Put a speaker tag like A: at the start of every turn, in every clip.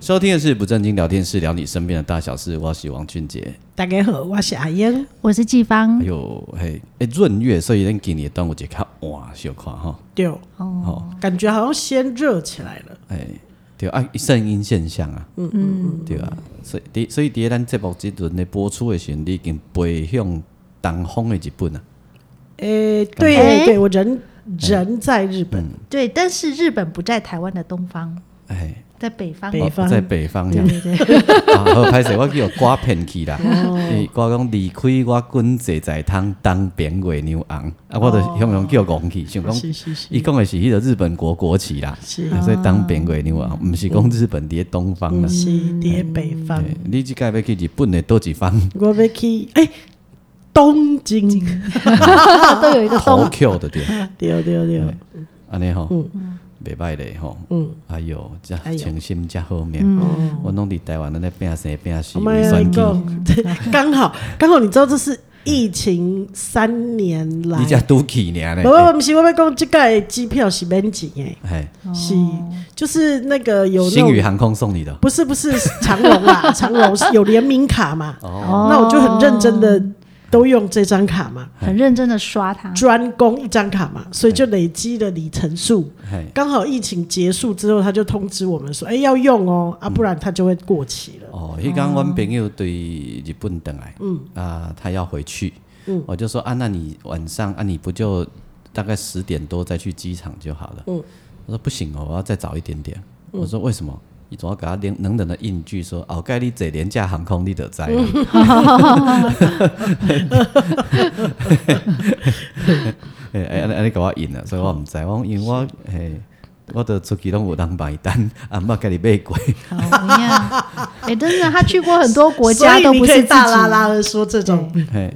A: 收听的是不正经聊天室，聊你身边的大小事。我是王俊杰。
B: 大家好，我是阿英。
C: 我是季芳
A: 还，有嘿，哎、闰月，所以咱今年端午节较晚小看吼。
B: 对，
A: 哦，
B: 感觉好像先热起来了。
A: 哎、对啊，声音现象啊，嗯嗯，对啊，所以第所以伫咱节目即阵的播出的时阵，你已经背向东方的日本啊，
B: 诶、对、
C: 感觉
B: 对，我人人在日本，
C: 对，但是日本不在台湾的东方，
A: 哎、
C: 在北方。
B: 北
A: 哦
B: 方
A: 在北方呀
C: 对，对 对，
A: 啊，好歹势，我叫歌骗去啦，
B: 哦
A: 伊歌讲离开我滚坐在汤当边月牛红，啊，我就向向叫戆去，想讲
B: 是是是
A: 伊讲的是迄个日本国国旗啦，
B: 是哦嗯
A: 啊所以当边月牛红，毋是讲日本伫东方啦。
B: 是叠北方。
A: 对你即届要去日本的倒一 方？
B: 我要去诶、东京，
C: 都有一个
A: 好
C: 东。
A: Q 的对，
B: 对对对，
A: 安尼吼，袂歹咧吼，哎哟，这
B: 嗯哎呦嗯
A: 诚心真好命，我拢伫台湾咧拼生拼死
B: 我
A: 为
B: 们
A: 选
B: 能
A: 举，
B: 够，对刚好刚好，你知道这是疫情三年来
A: 你，才拄去尔
B: 不不
A: 咧，
B: 不，不是我要讲这个机票是免钱诶，
A: 哎，
B: 是就是那个有那
A: 星宇
B: 种
A: 航空送你的，
B: 不是不是是长荣 啦，长荣是有联名卡嘛，
C: 哦
B: 那我就很认真的都用这张卡嘛，
C: 很认真的刷它。
B: 专攻一张卡嘛，所以就累积了里程数。
A: 哎，
B: 刚好疫情结束之后，他就通知我们说，哎、要用哦，啊，不然它就会过期了。
A: 哦，迄天阮朋友对日本回来，嗯，啊，他要回去，我就说啊，那你晚上啊，你不就大概十点多再去机场就好了，嗯，他说不行哦，我要再早一点点，我说为什么？你总要给他冷冷冷的应句说，哦，盖你坐廉价航空你得在， 哎哎，安尼安尼给我应了，所以我唔知，我因为我嘿。我都出去拢有人买单，啊，毋捌家己买过。
C: 好呀， 哎，真的，他去过很多国家，
B: 所
C: 都
B: 以
C: 不
B: 哎你可
C: 是
B: 以
C: 自
B: 大啦
C: 己。嗯
B: 啦的说这种，
A: 嘿，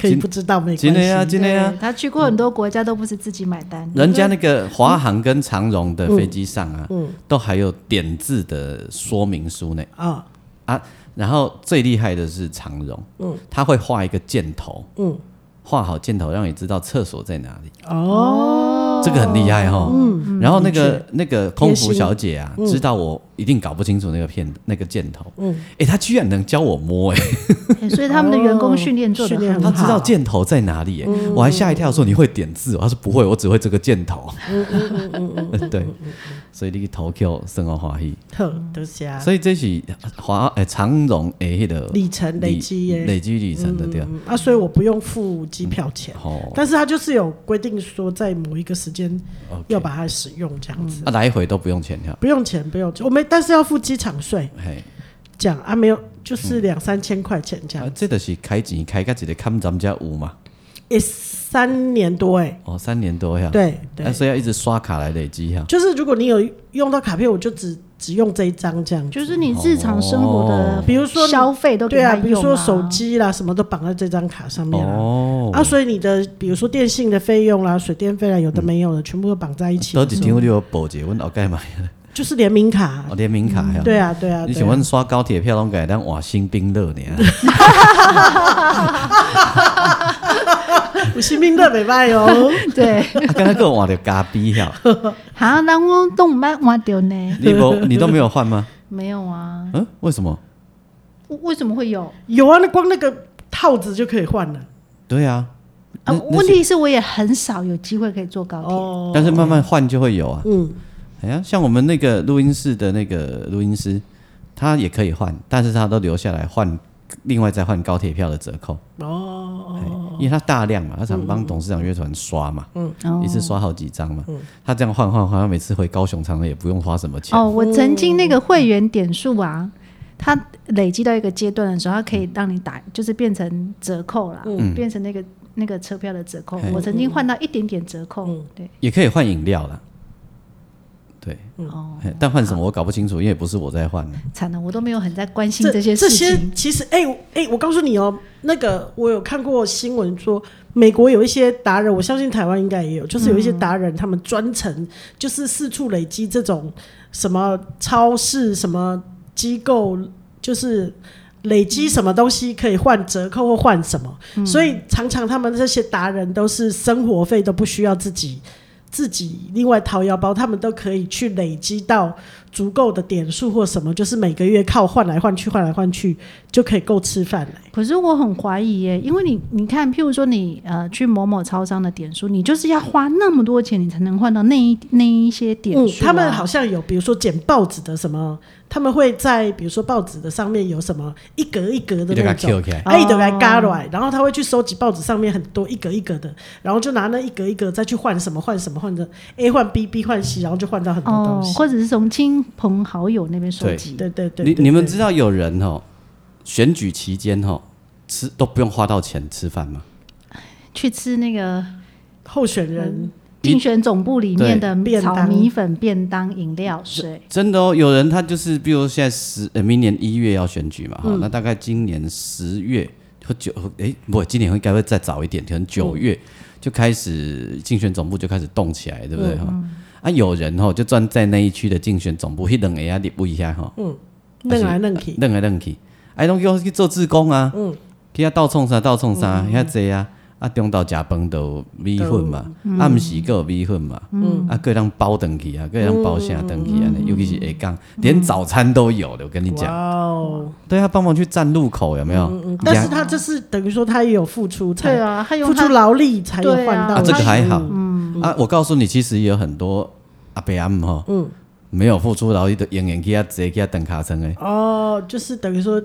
B: 可以不知道没
A: 真
B: 关
A: 的啊，
B: 系。
A: 真的啊。
C: 对他去过很多国家，都不是自己买单。
A: 人家那个华航跟长荣的飞机上啊，都还有点字的说明书呢
B: 啊，
A: 啊。然后最厉害的是长荣，嗯，他会画一个箭头，嗯，画好箭头让你知道厕所在哪里，
B: 哦，
A: 这个很厉害哈。嗯，然后那个那个空
B: 贴
A: 服
B: 心
A: 小姐啊，知道我一定搞不清楚那个片那个箭头，嗯，哎，她居然能教我摸，哎，
C: 哎所以他们的员工训练做得
B: 哦训练
C: 很
B: 很
A: 她
C: 好。
A: 知道箭头在哪里，哎，
B: 嗯
A: 我还吓一跳说你会点字哦，她说不会，我只会这个箭头，
B: 嗯
A: 对，所以你去投票生活欢喜。
B: 特都是啊，
A: 所以这是华诶长荣诶迄个
B: 里程累积耶
A: 累积里程的对吧。
B: 嗯啊，所以我不用付机票钱，
A: 哦，
B: 嗯但是它就是有规定说，在某一个时间
A: OK
B: 要把它使用这样子，
A: 啊来回都不用钱哈。
B: 不用钱，不用钱，我们但是要付机场税，
A: 嘿，
B: 这样啊，没有就是两三千块钱这
A: 嗯啊
B: 样，，
A: 这就是开钱开到一个看咱们家有嘛，
B: 也三年多哎，
A: 哦，三年多呀，
B: 对对
A: 啊，，所以要一直刷卡来累积哈。
B: 就是如果你有用到卡片，我就只只用这一张这样子。
C: 就是你日常生活的，
B: 哦比如说你
C: 消费都给
B: 对
C: 他
B: 啊，
C: 用
B: 比如说手机啦，什么都绑在这张卡上面啦。
A: 哦，
B: 啊，所以你的比如说电信的费用啦、水电费啦，有的没
A: 嗯
B: 有的，全部都绑在一起
A: 倒，一张你有保洁，阮后盖买
B: 就是联名卡啊
A: 哦。联名卡呀。
B: 对啊，对啊，
A: 你
B: 对
A: 想
B: 啊。
A: 阮刷高铁票拢改当换新冰乐呢？ 啊
B: 有新兵的没卖哦，
C: 对，
A: 啊，刚刚够换着咖啡呀，
C: 好，那我动漫挖掉呢？
A: 你无你都没有 换吗？
C: 没有啊，
A: 嗯，为什么？
C: 为为什么会有？
B: 有啊，那光那个套子就可以换了。
A: 对啊，
C: 啊
A: 那，那
C: 问题是我也很少有机会可以坐高铁。
B: 哦，
A: 但是慢慢换就会有啊。
B: 嗯，
A: 哎呀，像我们那个录音室的那个录音师，他也可以换，但是他都留下来换，另外再换高铁票的折扣。哦，因为他大量嘛，他
B: 嗯
A: 常帮董事长乐团刷嘛，
C: 哦
A: 一次刷好几张
B: 嗯
A: 嘛，他这样换换换，他每次回高雄常常也不用花什么钱。
C: 哦，我曾经那个会员点数啊，它累积到一个阶段的时候，它可以让你打，就是变成折扣
B: 嗯
C: 啦，变成那个那个车
B: 嗯
C: 票的折扣。我曾经换到一点点折扣，对，
A: 也可以换饮料啦。对，
C: 哦，
A: 嘿但换什么我搞不清楚，因为不是我在换的。
B: 啊
C: 惨了，我都没有很在关心
B: 这
C: 些
B: 这
C: 事
B: 些
C: 情。
B: 其实，哎、我哎、我告诉你哦，那个我有看过新闻说，美国有一些达人，我相信台湾应该也有，就是有一
C: 嗯
B: 些达人，他们专程就是四处累积这种什么超市、什么机构，就是。累
C: 嗯
B: 积什么东西可以换折扣或换什么，所以常常他们这些达人都是生活费都不需要自己自己另外掏腰包，他们都可以去累积到足够的点数或什么，就是每个月靠换来换去、换来换去就可以够吃饭了。
C: 可是我很怀疑耶，因为你你看，譬如说你呃去某某超商的点数，你就是要花那么多钱，你才能换到那一那一些点数
B: 嗯
C: 啊、
B: 他们好像有，比如说剪报纸的什么，他们会在比如说报纸的上面有什么一格一格的
A: 你就给
B: 那
A: 它
B: 种
A: Q 起来，
B: 哎，都来
C: 哦
B: 嘎来，然后他会去收集报纸上面很多一格一格的，然后就拿那一格一格再去换什么换什么换的 A 换 B，B 换 C，然后就换到很多
C: 哦
B: 东，西。
C: 或者是从亲朋好友那边收
A: 对
C: 集。
B: 对对对，
A: 你
B: 对
A: 你们
B: 对
A: 知道有人哦，选举期间哦，吃都不用花到钱吃饭吗？
C: 去吃那个
B: 候选人
C: 竞选总部里面的
B: 对
C: 炒
B: 便当
C: 米粉、便当、饮料、水。
A: 真的哦，有人他就是，比如现在十，呃，明年一月要选举嘛，哈、
B: 嗯
A: 那大概今年十月或九，哎，不，今年会应该会再早一点，可能九月、
B: 嗯
A: 就开始竞选总部就开始动起来，对不对哈？啊，有人哦，就站在那一区的竞选总部，一等哎呀，你不一下哈，
B: 弄来弄去，
A: 愣来愣去，哎，拢叫去做志工啊，嗯，去遐倒创啥倒创啥，遐济啊，啊，中昼食饭都有米粉嘛，暗时还有米粉嘛，嗯，啊，各人包顿去啊，各人包下顿去安尼，尤其是下港，连早餐都有的，我跟你
B: 哇
A: 讲，
B: 哦！
A: 对啊，帮忙去站路口有没有？
B: 嗯但是他这是等于说他也有付出才，
C: 对啊，他
B: 付
C: 用
B: 出
C: 他
B: 劳力才有换到、
C: 对
A: 啊，这个
C: 他
A: 还好，啊，我告诉你，其实也有很多阿伯阿姆吼，嗯，没有付出劳力的，永远去遐坐去遐等卡车诶，
B: 哦，就是等于说，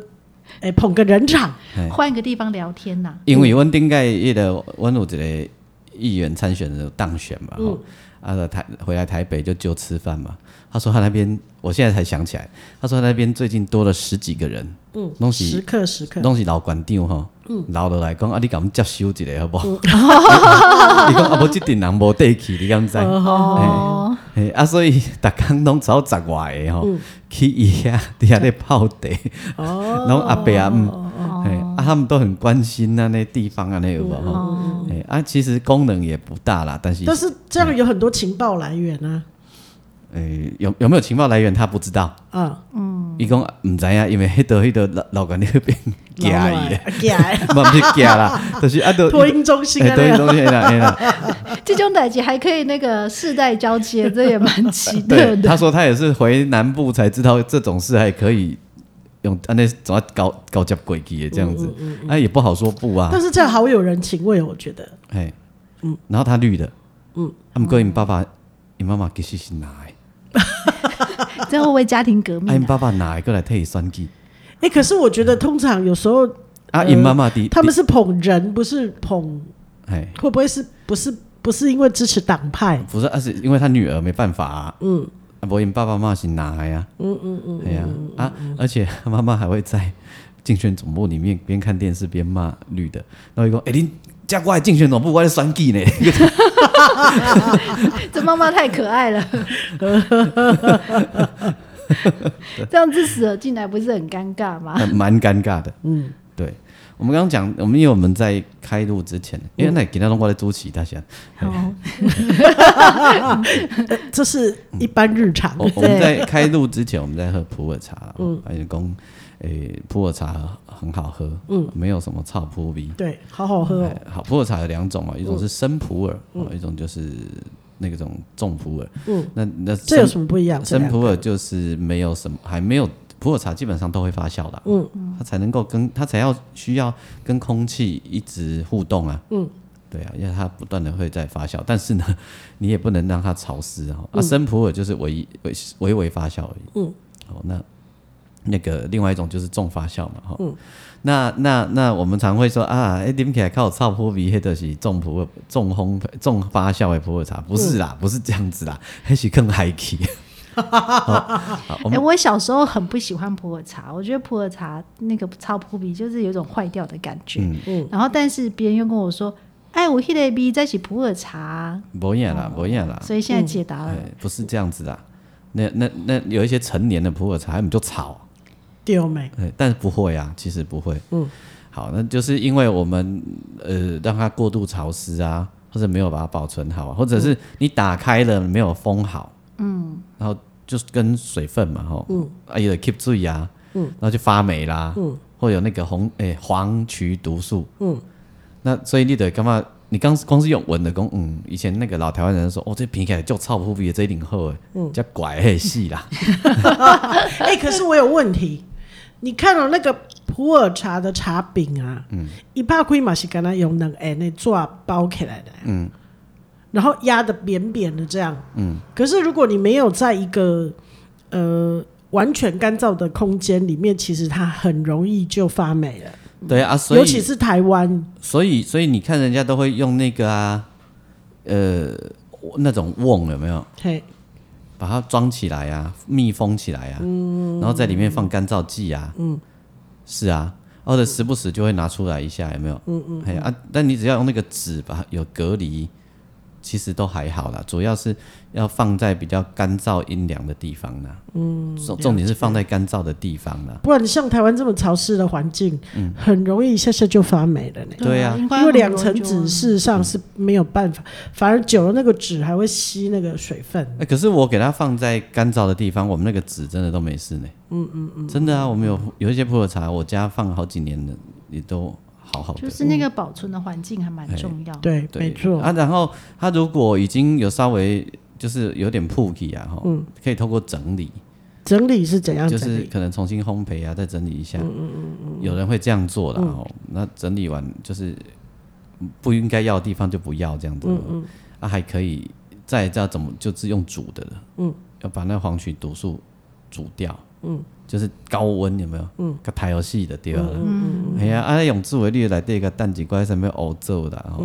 B: 哎、捧个人场，
C: 换一个地方聊天呐、
A: 因为阮顶届迄个阮有一个议员参选的当选嘛，吼、啊，就台回来台北就就吃饭嘛。他说他那边，我现在才想起来，他说他那边最近多了十几个人，嗯，拢
B: 时
A: 是
B: 刻时刻，
A: 拢是老馆长吼，老落来讲啊，你甲阮接收一个好不好？ 你讲啊，无即阵人无地去，你敢知？
C: 哦，
A: 嘿，啊，所以逐工拢走十外个吼，去伊遐伫遐咧泡茶，拢阿伯阿姆，嘿，啊，他们都很关心那那地方啊，那有无吼？嘿，啊，其实功能也不大啦，但是
B: 但是这样有很多情报来源啊，
A: 诶，有有没有情报来源他不知道，
B: 啊，
A: 伊讲毋知影，因为迄度迄度老老管那边 夹伊咧，
B: 啊 假
A: 嘛毋是夹啦，就是啊 都。
B: 托婴中心
A: 哎，
B: 啊，
A: 对，
B: 那个
A: 东西啦，哎啦，
C: 这种等级还可以那个世代交接，这也蛮奇特
A: 对，
C: 的。
A: 他说他也是回南部才知道这种事还可以用，安尼怎么搞搞接轨迹的这样子，哎，也不好说不啊
B: 但，是这样好有人情味，我觉得，
A: 哎，然后他绿的，嗯，他们跟你爸爸、你妈妈其实是哪的，
C: 这会不会家庭革
A: 啊，
C: 命、
A: 你
C: 啊？
A: 爸爸哪一个来替伊选举，
B: 哎、可是我觉
A: 嗯
B: 得通常有时候
A: 啊，
B: 呃
A: 你妈妈的，
B: 他们是捧人，不是捧，
A: 哎，
B: 会不会是不是不是因为支持党派？
A: 不是，而啊是因为他女儿没办法啊，嗯，啊，不，因爸爸妈妈是哪的呀，嗯嗯嗯，哎呀，啊，而且他妈妈还会在竞选总部里面边看电视边骂绿的，然后伊讲，哎，你加过来竞选总部，我在选 举呢。
C: 这妈妈太可爱 了，这样子死了进来不是很尴尬吗？
A: 呃蛮尴尬的。嗯，对。我们刚刚讲，我们因为我们在开录之前，因为那给他弄过来主持大家，
B: 哎
C: 哦，
B: 这是
A: 嗯
B: 一般日常，
A: 我我们在开录之前，我们在喝普洱茶，嗯，而且公，诶，哎普洱茶很好喝，嗯，没有什么草扑鼻。
B: 对，好好喝哦，嗯
A: 哎好，普洱茶有两种嘛，啊一种是生普洱，哦一种就是那种重普洱。嗯，那那
B: 这有
A: 生
B: 什么不一样？这
A: 生
B: 两
A: 普
B: 个
A: 洱就是没有什么，还没有普洱茶基本上都会发酵的、嗯，它才能够跟它才要需要跟空气一直互动啊，嗯，对啊，因为它不断的会在发酵，但是呢， 你也不能让它潮湿哦，
B: 嗯
A: 啊，生普洱就是唯一微微微发酵而已，嗯，好，那那个另外一种就是重发酵嘛，哈、
B: 嗯
A: 那那那我们常会说啊，哎，啉起来靠臭扑鼻，黑的是重普洱重烘重发酵的普洱茶，不是
B: 嗯
A: 啦，不是这样子啦，黑是更 high key。
C: 哎、我小时候很不喜欢普洱茶，我觉得普洱茶那个超扑鼻，就是有一种坏掉的感觉。
A: 嗯
B: 嗯
C: 然后，但是别人又跟我说：“哎，我 hit a b 在一起普洱茶啊。
A: 不一样啦，不一样啦，嗯
C: 所以现在解答了。
A: 哎，不是这样子啦。那那那有一些成年的普洱茶，他们就炒，
B: 丢没？
A: 哎但是不会啊，其实不会。
B: 嗯，
A: 好，那就是因为我们呃让它过度潮湿啊，或者没有把它保存好啊，或者是你打开了没有封好，嗯，然后就是跟水分嘛，吼，嗯，啊有 keep 住呀，嗯，然后就发霉啦，嗯，或有那个红诶、黄曲毒素，嗯，那所以你得干嘛？你刚光是用闻的讲，嗯，以前那个老台湾人说，哦，这瓶起来就臭扑鼻的这一顶厚，嗯，叫拐嘿细 啦，
B: 哎、可是我有问题，你看到、那个普洱茶的茶饼啊，嗯，一怕亏嘛是跟他用那个哎那纸包起来的，嗯，然后压的扁扁的这样，嗯，可是如果你没有在一个呃完全干燥的空间里面，其实它很容易就发霉了，
A: 对啊，所以
B: 尤其是台湾，
A: 所以，所以你看人家都会用那个啊，呃，那种瓮有没有？
B: 嘿，
A: 把它装起来啊，密封起来啊，然后在里面放干燥剂啊，嗯，是啊，或者时不时就会拿出来一下，有没有？嗯嗯，哎呀、啊，但你只要用那个纸把它有隔离，其实都还好啦，主要是要放在比较干燥阴凉的地方啦，嗯，重重点是放在干燥的地方啦，
B: 不然像台湾这么潮湿的环境，很容易一下下就发霉了呢。
A: 对啊
C: 应该
B: 因为
C: 很
B: 两
C: 多
B: 层
C: 就
A: 嗯
B: 纸事实上是没有办法，反而久了那个纸还会吸那个水分。
A: 欸、可是我给它放在干燥的地方，我们那个纸真的都没事呢。嗯嗯嗯，真的啊，我们有有一些普洱茶，我家放好几年的，也都好好的。
C: 就是那个保存的环境还
A: 哎
C: 蛮重要。，
B: 对，
A: 对
B: 没错。
A: 啊，然后它如果已经有稍微就是有点破皮啊，哈，可以透过整理，
B: 整理是怎样
A: 就
B: 整
A: 是
B: 理？
A: 可能重新烘焙啊，再整理一下。嗯嗯嗯有人会这样做的哦。那整理完就是不应该要的地方就不要这样子。嗯嗯。啊，还可以再再怎么就是用煮的了。嗯。要把那黄曲毒素煮掉。嗯。就是高温有没有？嗯。个台游戏的对吧？嗯嗯。哎呀，啊，用自为率来对个蛋几块什么欧洲啦，吼，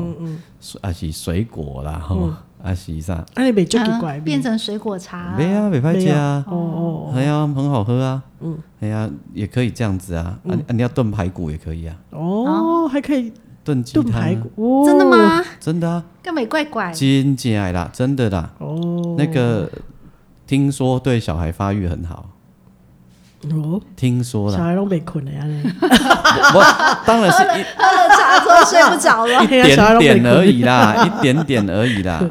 A: 水啊是水果啦，吼，啊是啥？
B: 啊，你被就给拐
C: 啊、变成水果茶，
A: 没啊，没拍
B: 没
A: 吃
B: 有
A: 啊。
B: 哦哦
A: 哎呀，很好喝啊，嗯，哎呀，也可以这样子啊，
B: 嗯
A: 啊啊，你要炖排骨也可以啊，
B: 哦，还可以
A: 炖鸡
B: 炖
A: 汤啊
B: 排，骨，哦
C: 真的？吗？
A: 真的啊，
C: 干美怪怪，
A: 真进来啦，真的啦，
B: 哦
A: 那个听说对小孩发育很好，
B: 哦，
A: 听说
B: 小
A: 啦，
B: 孩都没困 的呀，
A: 我当然 是一
C: 喝了茶之后睡不着了。
A: 一
B: 哎
A: 点点而已啦， 一点点而 已啦，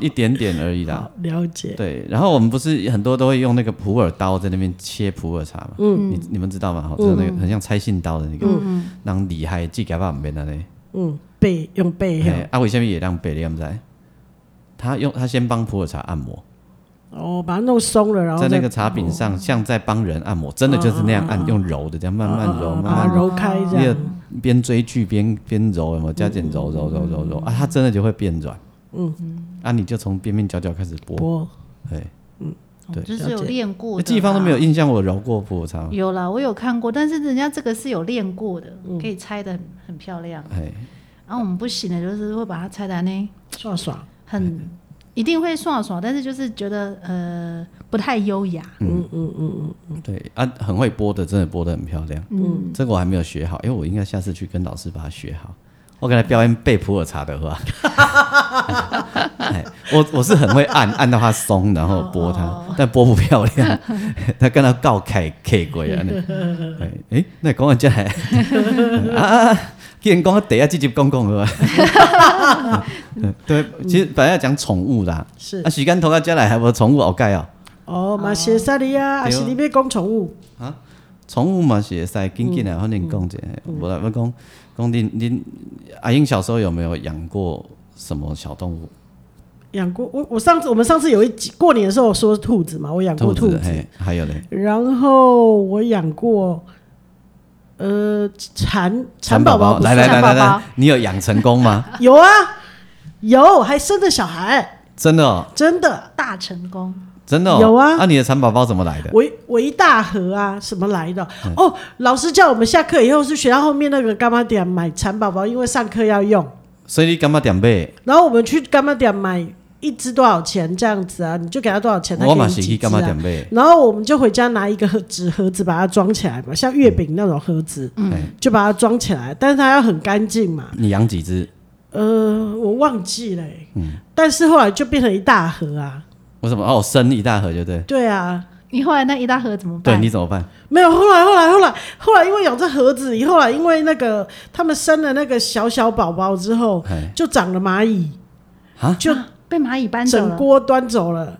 A: 一点点而已啦
B: 好。了解。
A: 对，然后我们不是很多都会用那个普洱刀在那边切普洱茶嘛，嗯，你你们知道吗？好，就是那个
B: 嗯
A: 很像拆信刀的那个，嗯，让厉害，自己把旁边的嘞。
B: 嗯，背用背
A: 嘿
B: 嘿，
A: 啊，为什么也让贝利姆在？他用他先帮普洱茶按摩，
B: 哦，把它弄松了，然后
A: 在那
B: 再嗯
A: 个茶饼上像在帮人按摩，真的就是那样按，用揉的，这样慢慢揉，慢
B: 把
A: 慢
B: 它嗯揉开这
A: 那个
B: 样。嗯
A: 边追剧边边揉，有没有加减揉揉揉揉揉啊？它真的就会变软。嗯，啊，你就从边边角角开始拨，
B: 哦，
A: 哎， 对
C: 就是有练过
A: 那
C: 的，
A: 季哎芳都没有。嗯印象，我揉过普洱茶吗，
C: 有啦，我有看过，但是人家这个是有练过的，
B: 嗯
C: 可以拆的很很漂亮。
A: 哎，
C: 然后我们不行的，就是会把它拆的呢，
B: 爽爽，
C: 很一定会爽爽，但是就是觉得呃不太优雅。
A: 对啊，很会拨的，真的拨的很漂亮。嗯，这个我还没有学好，因为我应该下次去跟老师把它学好。我给他表演背普洱茶的话，哎我我是很会按按到它松，然后拨它，但拨不漂亮。他跟他告凯 K 鬼啊，哎哎，那讲完这 来啊，既然讲我等一下直接讲讲好啊。啊对，其实本来要讲宠物啦，
B: 是
A: 啊，时间头到这来还无宠物好盖哦。
B: 哦，马歇萨利亚，啊
A: 哦
B: 还是里面供宠物，
A: 宠物嘛是会使，紧紧
B: 嗯
A: 来，反正讲者。我来问讲，讲恁恁阿英小时候有没有养过什么小动物？
B: 养过我，我上次我们上次有一集过年的时候说兔子嘛，我养过兔子，
A: 嘿，还有嘞，
B: 然后我养过呃蚕
A: 蚕
B: 宝
A: 宝，
B: 不啊
A: 来来
C: 蚕
A: 来
C: 宝
A: 来
C: 宝
A: 来，你有养成 功吗？
B: 有啊有，还生了小孩，
A: 真的哦，
B: 真的，
C: 大成功，
A: 真的哦
B: 有啊
A: 那你的蚕宝宝怎么来的？
B: 我一我一大盒啊，什么来的？哦，老师叫我们下课以后是学校后面那个干妈店买蚕宝宝，因为上课要用，
A: 所以你干嘛点背？
B: 然后我们去干妈店买一只多少钱这样子啊，你就给他多少钱，他
A: 我
B: 给
A: 嘛
B: 你
A: 是去
B: 几只
A: 干嘛
B: 啊
A: 点。背？
B: 然后我们就回家拿一个盒纸盒子把它装起来嘛，像月饼那种盒子，
A: 嗯，
B: 就把它装起来。但是它要很干净嘛，
A: 你养几只？
B: 呃，我忘记了欸、但是后来就变成一大盒啊，
A: 我怎么哦生一大盒就对，
B: 对啊，
C: 你后来那一大盒怎么办？
A: 对你怎么办？
B: 没有，后来后来后来后来，因为有这盒子，以后来因为那个他们生了那个小小宝宝之后，
A: 哎
B: 就长了蚂蚁，
A: 啊，
B: 就
C: 啊被蚂蚁搬走
B: 整
C: 了，
B: 锅端走了。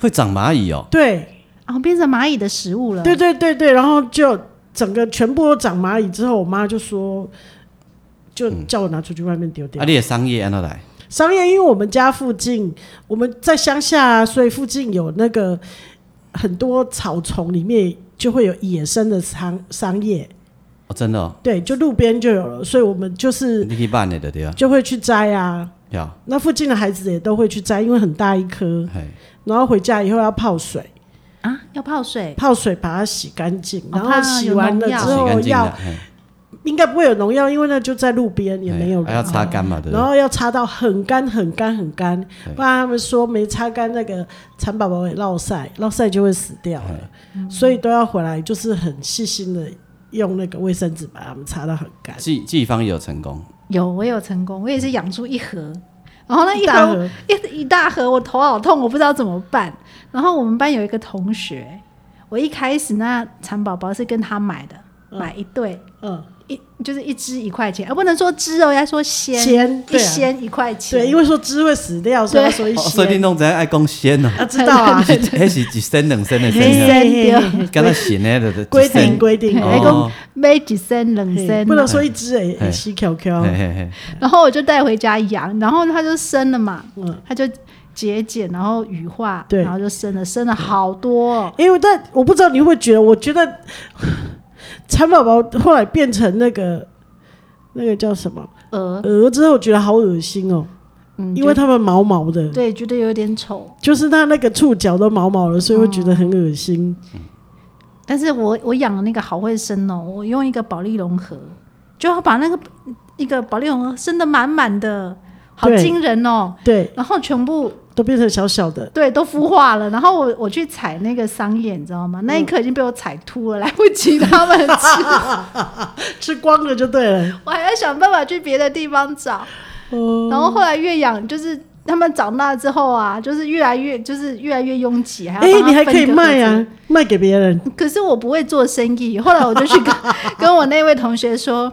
A: 会长蚂蚁哦，
B: 对
C: 哦，变成蚂蚁的食物了。
B: 对对对对，然后就整个全部都长蚂蚁之后，我妈就说，就叫我拿出去外面丢掉
A: 啊，。你的商业安那来，
B: 商业，因为我们家附近，我们在乡下、所以附近有那个很多草丛，里面就会有野生的桑桑叶，
A: 哦，真的哦，
B: 对，就路边就有了，所以我们
C: 嗯
B: 就是
A: 你去办的就对啊，
B: 就会去摘啊。
A: 要，
B: 那附近的孩子也都会去摘，因为很大一颗，
A: 嘿，
B: 然后回家以后要泡水，
C: 啊，要泡水，
B: 泡水把它洗干净，
C: 哦
B: 然后洗完了
C: 怕
B: 之
C: 有
A: 洗
B: 后
A: 干净
B: 要
A: 了，嘿
B: 应该不会有农药，因为那就在路边也
C: 哎
A: 嘿
B: 没有
A: 啊
B: 人
A: 要擦干嘛，对不
B: 然
A: 对？
B: 后要擦到很干、很干、很干，
A: 对
B: 不然他们说没擦干那个蚕宝宝会落晒，落晒就会死掉了，所以都要回来，就是很细心的用那个卫生纸把它们擦到很干。
A: 季季芳也有成功，
C: 有我有成功，我也是养出一盒，然后那一
B: 大
C: 盒
B: 盒
C: 一一大盒，我头好痛，我不知道怎么办。然后我们班有一个同学，我一开始那蚕宝宝是跟他买的，买一对，
B: 嗯，
C: 一就是一只一块钱，而、不能说只哦，要说鲜，
B: 鲜
C: 一
B: 对啊
C: 鲜一块钱，
B: 对，因为说汁会死掉，所以要说一
A: 哦所以你
B: 些。
A: 弄这爱讲鲜哦，
B: 啊，知道啊，
A: 是那是一升两升的
B: 嘿
A: 生啊，
C: 嘿嘿嘿
A: 敢若鲜的就是
B: 规
A: 一升
B: 定规定，
C: 嘿
A: 哦，
C: 买几升两
B: 嘿
C: 升，
B: 不能说一只诶，
A: 嘿
B: 诶吸 QQ，
A: 嘿嘿嘿，
C: 然后我就带回家养，然后它就生了嘛，
B: 嗯
C: 它就节俭，然后羽化，
B: 对
C: 然后就生了，生了好多哦、
B: 因为但我不知道你会不会觉得，我觉得蚕宝宝后来变成那个那个叫什么
C: 鹅，
B: 鹅之后，觉得好恶心哦。
C: 嗯，
B: 因为它们毛毛的
C: 就，对觉得有点丑，
B: 就是它那个触角都毛毛的，所以会觉得很恶心。
C: 但是我我养的那个好会生哦，我用一个保利龙盒，就要把那个一个保利龙盒生的满满的，好
B: 对
C: 惊人哦，
B: 对，
C: 然后全部
B: 都变成小小的，
C: 对，都孵化了。然后我我去采那个桑叶，你知道吗？
B: 嗯
C: 那一刻已经被我采秃了，来不及他们吃，
B: 吃光了就对了。
C: 我还要想办法去别的地方找。
B: 哦，
C: 然后后来越养，就是他们长大之后啊，就是越来越就是越来越拥挤，还
B: 哎、
C: 要帮
B: 你
C: 它
B: 还
C: 分
B: 可以
C: 个
B: 卖
C: 盒
B: 啊
C: 子。，
B: 卖给别人。
C: 可是我不会做生意，后来我就去跟跟我那位同学说：“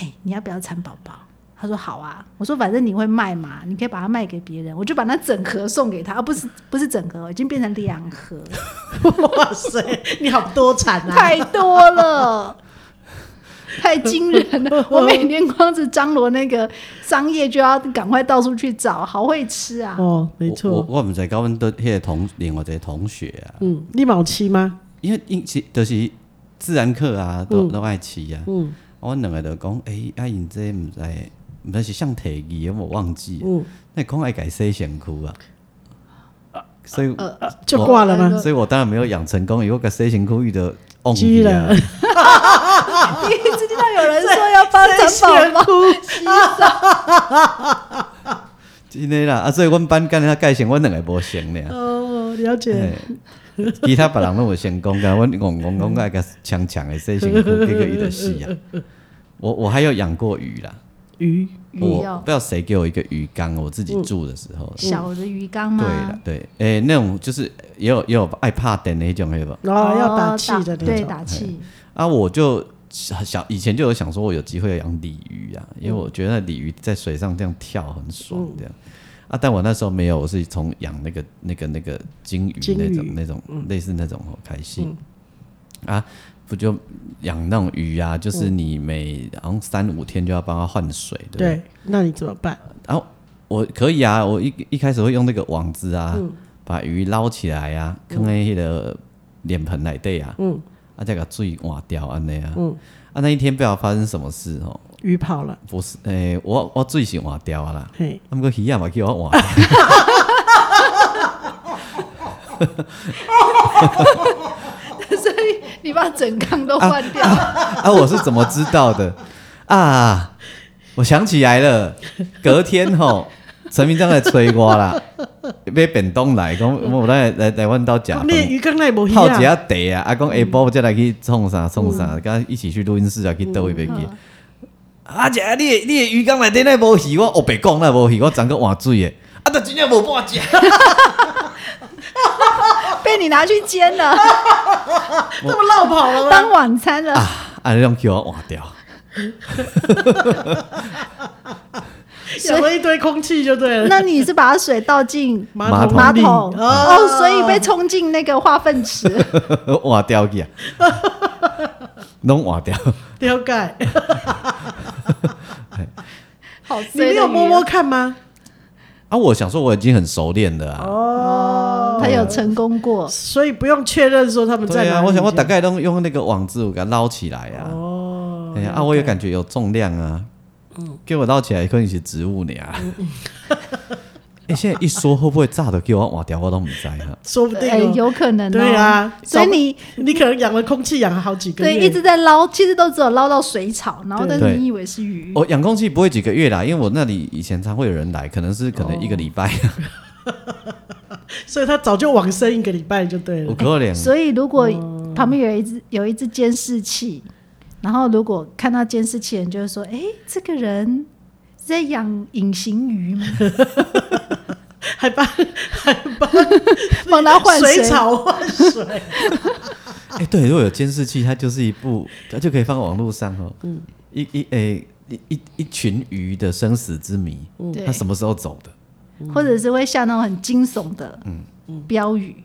C: 哎、你要不要蚕宝宝？”他说好啊，我说反正你会卖嘛，你可以把它卖给别人，我就把那整盒送给他，啊不是不是整盒，已经变成两盒。
B: 哇塞，你好多 产啊！
C: 太多了，太惊人了！我每天光是张罗那个商业就要赶快到处去找，好会吃啊！
B: 哦，没
A: 我
B: 错，
A: 我毋知甲阮都迄个同另外一个同学啊，
B: 嗯，你毛七吗？
A: 因为因是就是自然课啊，都、
B: 嗯
A: 都爱饲啊。
B: 嗯
A: 啊阮两个就讲，诶、啊因这毋知毋知是向提议，我忘记了。
B: 嗯，
A: 那讲爱改洗身躯啊，所以、
B: 就挂了吗？
A: 啊所以我当然没有养成功，因为我甲洗身躯遇到忘
B: 居
A: 记
B: 然
A: 啊。
C: 第一次听到有人说要帮 蚕 宝宝洗澡，
A: 真的啦，啊，所以阮班干那改成阮两个无成俩。
B: 哦，了解。
A: 嘿其他别人拢有成功噶，我戆戆戆爱个强强的洗身躯，结果伊就死啊。我我还有养过鱼啦，
B: 鱼
C: 鱼
A: 我
C: 哦
A: 不知道谁给我一个鱼缸，我自己住的时候。
C: 小的鱼缸
A: 对了
C: 吗？，
A: 对，诶、那种就是也有也有爱怕灯的那种，有不？
B: 然后哦啊要打气的那
C: 对，
B: 种。
C: 哦打气。
A: 啊，我就想以前就有想说，我有机会养鲤鱼啊，
B: 嗯
A: 因为我觉得鲤鱼在水上这样跳很爽，这样、啊。但我那时候没有，我是从养那个那个那个金鱼
B: 金鱼嗯
A: 那种那种、类似那种哦开心、啊，不就养那种鱼啊，就是你每好像三五天就要帮它换水，对不对？
B: 嗯对，那你怎么办？
A: 然后、啊我可以啊，我一一开始会用那个网子啊，
B: 嗯
A: 把鱼捞起来啊，放在那个脸盆内底啊，
B: 嗯
A: 啊再把水换掉安尼啊，
B: 嗯
A: 啊那一天不知道发生什么事哦，
B: 鱼跑了，
A: 不是，诶、我我水是换掉啊啦，
B: 嘿，
A: 啊不过鱼也嘛叫我换掉，
C: 所以你把整缸都换掉，
A: 啊我是怎么知道的啊？我想起来了，隔天吼。陈明章来催我啦，买便当来，讲我来来来阮兜食
B: 哦
A: 饭。
B: 你的鱼缸内无鱼
A: 泡一
B: 啊？
A: 下茶啊，啊讲下晡再来去创啥
B: 嗯
A: 创啥，跟他一起去录音室啊，去倒位袂记。啊，姐，你的你的鱼哦缸内底那无鱼，我黑白讲那无鱼，我怎个换水的？啊，都真正无半只。
C: 被你拿去煎了，
B: 这么绕跑了吗？
C: 当晚餐了。
A: 啊，你让叫我换掉，
C: 所以
B: 养了一堆空气就对了。
C: 那你是把水倒进
B: 马
A: 桶
C: 马
B: 桶里
C: 桶哦，所以被冲进那个化粪池。
A: 换掉 去啊，拢换掉。
B: 了解。
C: 好，
B: 你没有摸摸看吗？
A: 啊，我想说我已经很熟练了啊。
B: 哦，
C: 他有成功过，
B: 所以不用确认说他们在
A: 对
B: 哪
A: 啊，
B: 里。
A: 我想我大概都用那个网子我给它捞起来啊。哦，哎呀，啊，我也感觉有重量啊。嗯，给我捞起来可能是植物呢啊。 哎，现在一说会不会炸的给我换掉，我都不知道啊哈。
B: 说不定
C: 哎，
B: 哦。
C: 有可能哦。
B: 对啊
C: 所以你
B: 你可能养了空气养了好几个
C: 对
B: 月，
C: 一直在捞，其实都只有捞到水草，然后但是
A: 对
C: 你以为是鱼。
A: 我养空哦气不会几个月啦，因为我那里以前常会有人来，可能是可能一个礼拜，
B: 所以他早就往生一个礼拜就 对
A: 我
B: 了。
A: 可能
C: 所以如果旁边有一只有一只监视器，然后如果看到监视器的人就会说：“哎、这个人是在养隐形 鱼吗？
B: 还把
C: 帮他换
B: 水草换水，
A: 哎、对，如果有监视器，它就是一部，它就可以放网络上哦。嗯，一一诶、一一一群鱼的生死之谜，
C: 对
A: 它什么时候走的？
C: 或者是会下那种很惊悚的标语，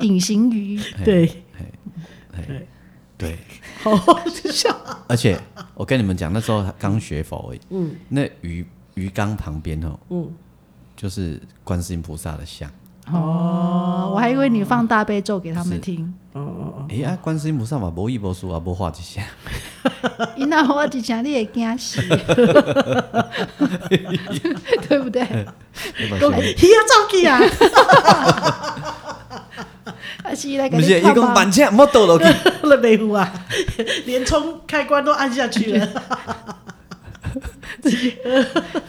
C: 隐形鱼。
A: 嘿
B: 对，
A: 嘿对，
B: 好好笑。
A: 而且我跟你们讲，那时候刚学佛诶，嗯，那鱼鱼缸旁边哦，嗯，就是观世音菩萨的像。
C: 哦，我还以为你放大悲咒给他们
A: 是
C: 听。
A: 哎、啊，观世音菩萨嘛，无一无术啊，无画一下，
C: 伊那我之前你也惊死，对不对？
A: 你嘛
B: 讲
A: 是
B: 鱼要照去 啊！
C: 还啊是伊来给
A: 不
C: 你
A: 是，伊
C: 看
A: 讲
C: 吧
A: 慢车，莫倒落去。
B: 了没有啊？连冲开关都按下去了。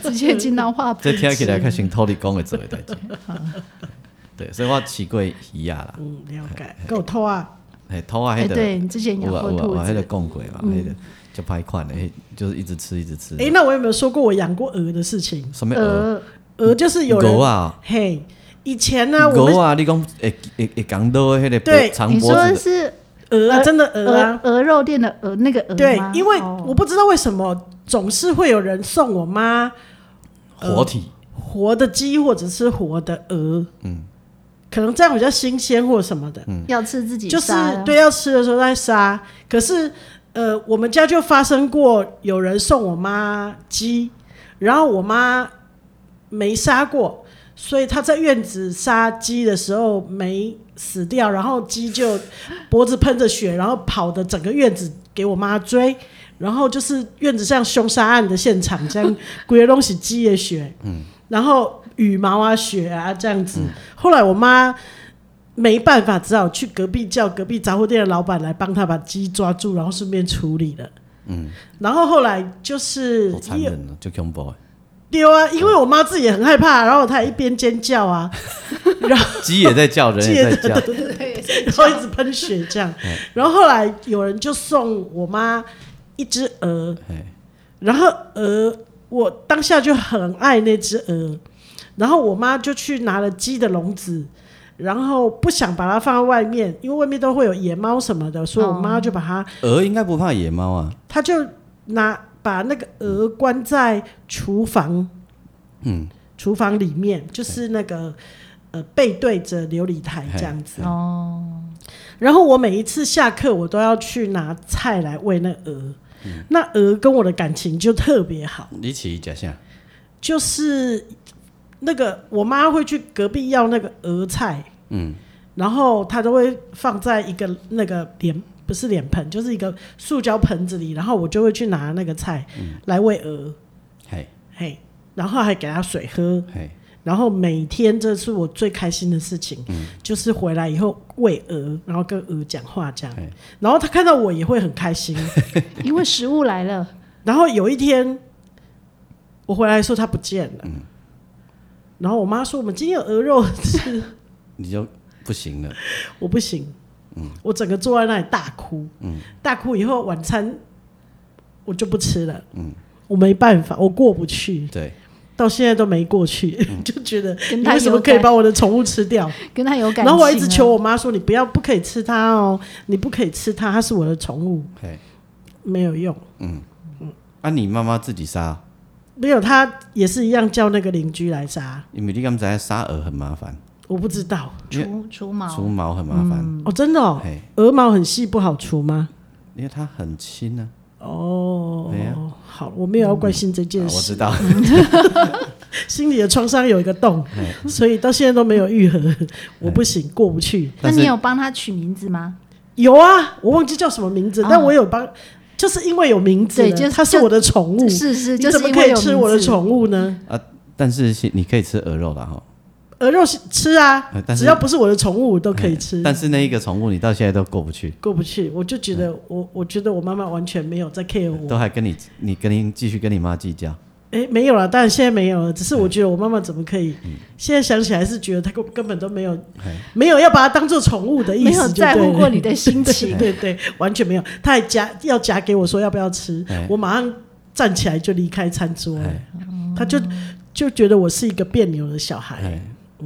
C: 直接进到画
A: 这
C: 本。
A: 听起来较像托你讲的做的代志。对，所以我饲过鱼啊啦，
B: 嗯，了解。够偷啊！
A: 哎，偷啊，
C: 哎，
A: 迄个
C: 对你之前养
A: 有啊
C: 过
A: 有啊，
C: 兔
A: 我迄个
C: 子，
A: 讲过嘛，迄个就歹款的，迄就是一直吃一直吃。
B: 哎，那我有没有说过我养过鹅的事情？
A: 什么鹅？
C: 呃，
B: 鹅就是有人
A: 狗啊，
B: 嘿，以前呢，我
A: 狗
B: 们
A: 啊，你讲会会会讲到的迄个
B: 对
A: 脖长
C: 你
A: 脖
C: 说
A: 子的，
C: 是
B: 鹅啊，
C: 鹅
B: 真的鹅啊
C: 鹅，鹅肉店的鹅那个鹅
B: 对
C: 吗，
B: 因为
C: 哦
B: 我不知道为什么总是会有人送我妈
A: 活体，
B: 活的鸡或者是活的鹅，嗯，可能这样比较新鲜或什么的，
A: 嗯
C: 要吃自己
B: 就是
C: 杀的
B: 对要吃的时候再杀。可是呃，我们家就发生过有人送我妈鸡，然后我妈没杀过，所以她在院子杀鸡的时候没死掉，然后鸡就脖子喷着血，然后跑的整个院子给我妈追。然后就是院子像凶杀案的现场，这样 鬼的东西鸡的血，嗯，然后羽毛啊血啊这样子。后来我妈没办法，只好去隔壁叫隔壁杂货店的老板来帮他把鸡抓住，然后顺便处理了。嗯，然后后来就是
A: 好残忍哦，就恐怖的。
B: 丢啊，因为我妈自己也很害怕，然后她一边尖叫啊，
A: 鸡也在叫，人也在叫，
C: 对
B: 然后一直喷血这样。然后后来有人就送我妈一只鹅，
A: 哎，
B: 然后鹅，我当下就很爱那只鹅，然后我妈就去拿了鸡的笼子，然后不想把它放在外面，因为外面都会有野猫什么的，所以我妈就把它，
A: 鹅应该不怕野猫啊，
B: 她就拿把那个鹅关在厨房，嗯，厨房里面就是那个呃背对着琉璃台这样子，
C: 哦，
B: 然后我每一次下课，我都要去拿菜来喂那鹅，那鹅跟我的感情就特别好。
A: 你饲假啥？
B: 就是那个我妈会去隔壁要那个鹅菜，
A: 嗯，
B: 然后她都会放在一个那个脸不是脸盆，就是一个塑胶盆子里，然后我就会去拿那个菜
A: 嗯
B: 来喂鹅，
A: 嘿，
B: 嘿，然后还给它水喝，
A: 嘿，
B: 然后每天这是我最开心的事情，
A: 嗯
B: 就是回来以后喂鹅，然后跟鹅讲话这样
A: 嘿，
B: 然后它看到我也会很开心。
C: 因为食物来了，
B: 然后有一天，我回来的时候它不见了。然后我妈说：“我们今天有鹅肉 吃，
A: 你就不行了，
B: 我不行。我整个坐在那里大哭。大哭以后晚餐我就不吃了。我没办法，我过不去。
A: 对，
B: 到现在都没过去， 就觉得
C: 跟
B: 你
C: 他
B: 为什么
C: 有
B: 可以
C: 感，
B: 把我的宠物吃掉？
C: 跟他有感情啊。
B: 然后我一直求我妈说：“你不要，不可以吃它哦，你不可以吃它，它是我的宠物，
A: 嘿，
B: 没有用。
A: 啊，你妈妈自己杀，”
B: 没有，她也是一样叫那个邻居来杀，
A: 因为你刚才杀鹅很麻烦，
B: 我不知道
C: 除除毛，
A: 除毛很麻烦，
B: 哦，真的哦，
A: 嘿，
B: 鹅毛很细不好除吗？
A: 因为它很轻啊。
B: 哦
A: 对呀，
B: 好，我没有要关心这
A: 啊
B: 件
A: 我知
B: 事，
A: 道，
B: 心里的创伤有一个洞，所以到现在都没有愈合，我不行，过不去。
C: 那
A: 但
C: 你
A: 是
C: 有帮他取名字吗？
B: 有啊，我忘记叫什么名字，
C: 啊
B: 但我有帮，就是因为有名字了，
C: 对就
B: 它是
C: 就
B: 我的宠物，
C: 是是，就
B: 哦你
C: 是
B: 怎么
C: 因
B: 可
C: 为
B: 以
C: 有
B: 吃
C: 名
B: 我的
C: 字
B: 宠物呢？
A: 但是是你可以吃鹅肉的哈，
B: 鹅肉是吃啊
A: 呃，但是
B: 只要不是我的宠物，我都可以吃。
A: 但是那一个宠物你到现在都过不去，
B: 过不去，我就觉得我，我觉得我妈妈完全没有在 care 我。
A: 都还跟你你跟你继续跟你妈计较，
B: 哎、没有了，当然现在没有了。只是我觉得我妈妈怎么可以？
A: 嗯
B: 现在想起来是觉得她根根本都没有，没有要把它当做宠物的意
C: 没有
B: 思，
C: 在乎过你的心
B: 对
C: 情
B: 对。对对，完全没有。她还夹要夹给我说要不要吃
A: 哎，
B: 我马上站起来就离开餐桌了
A: 哎。
B: 她就就觉得我是一个别扭的小孩
A: 哎。，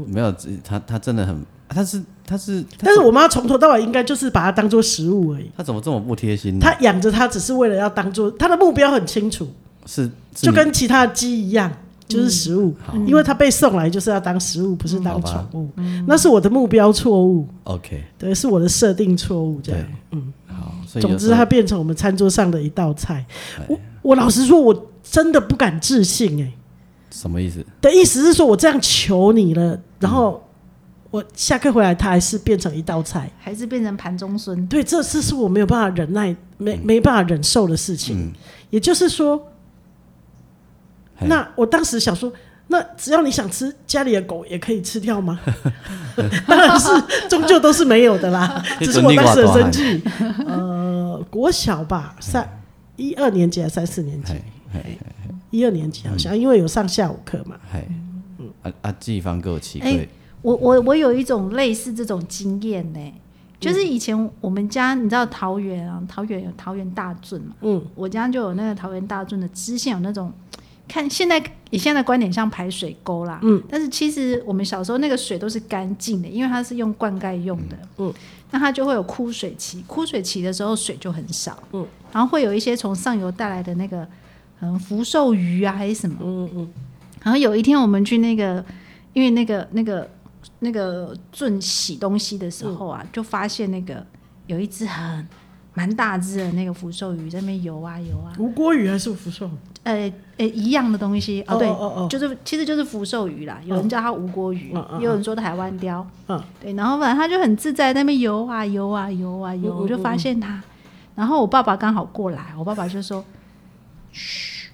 A: 没有，他他真的很，他是他是，它
B: 但是我妈从头到尾应该就是把它当做食物而已。
A: 他怎么这么不贴心呢？
B: 她养着它只是为了要当做她的目标很清楚，
A: 是是
B: 就
A: 你
B: 跟其他的鸡一样，就是食物，
A: 好
C: 嗯
B: 因为它被送来就是要当食物，不是当
A: 嗯好
B: 宠
A: 吧
B: 物。那是我的目标错误，
A: OK
B: 对，是我的设定错误。这样
A: 对，，好，所以
B: 总
A: 有
B: 之
A: 时候
B: 它变成我们餐桌上的一道菜。我我老实说，我真的不敢置信、欸，
A: 什么意思？
B: 的意思是说我这样求你了，然后我下课回来，它还是变成一道菜。
C: 还是变成盘中孙，
B: 对，这这是我没有办法忍耐、没
A: 嗯
B: 没办法忍受的事情。也就是说，
A: 嘿
B: 那我当时想说，那只要你想吃，家里的狗也可以吃掉吗？ 当然是，终究都是没有的 啦。
A: 那
B: 只是我当时很生气。呃，国小吧，三一二年级还是三四年级
A: 嗯嘿？嘿
B: 一二年级好像，因为有上下午课嘛。
A: 嘿，啊啊，季方给我奇
C: 哎
A: 怪，
C: 我我我有一种类似这种经验呢、就是以前我们家，你知道桃园啊，桃园有桃园大圳嘛，
B: 嗯，
C: 我家就有那个桃园大圳的支线有那种，看现在以现在的观点像排水沟啦，嗯，但是其实我们小时候那个水都是干净的，因为它是用灌溉用的，
B: 嗯，
C: 那它就会有枯水期，枯水期的时候水就很少，
B: 嗯，
C: 然后会有一些从上游带来的那个，嗯，福寿鱼啊还是什么，
B: 嗯嗯，
C: 然后有一天我们去那个，因为那个那个那个俊洗东西的时候
B: 嗯
C: 啊，就发现那个有一只很蛮大只的那个福寿鱼在那边游啊游啊，
B: 吴郭鱼还是福寿？
C: 呃呃一样的东西哦，
B: 哦
C: 对，
B: 哦哦
C: 就是其实就是福寿鱼啦，有人叫它吴锅鱼，
B: 嗯嗯
C: 也有人说台湾鲷，
B: 嗯
C: 对，然后反正它就很自在在那边游啊游啊游啊游，
B: 嗯嗯
C: 我就发现它，然后我爸爸刚好过来，我爸爸就说，嘘，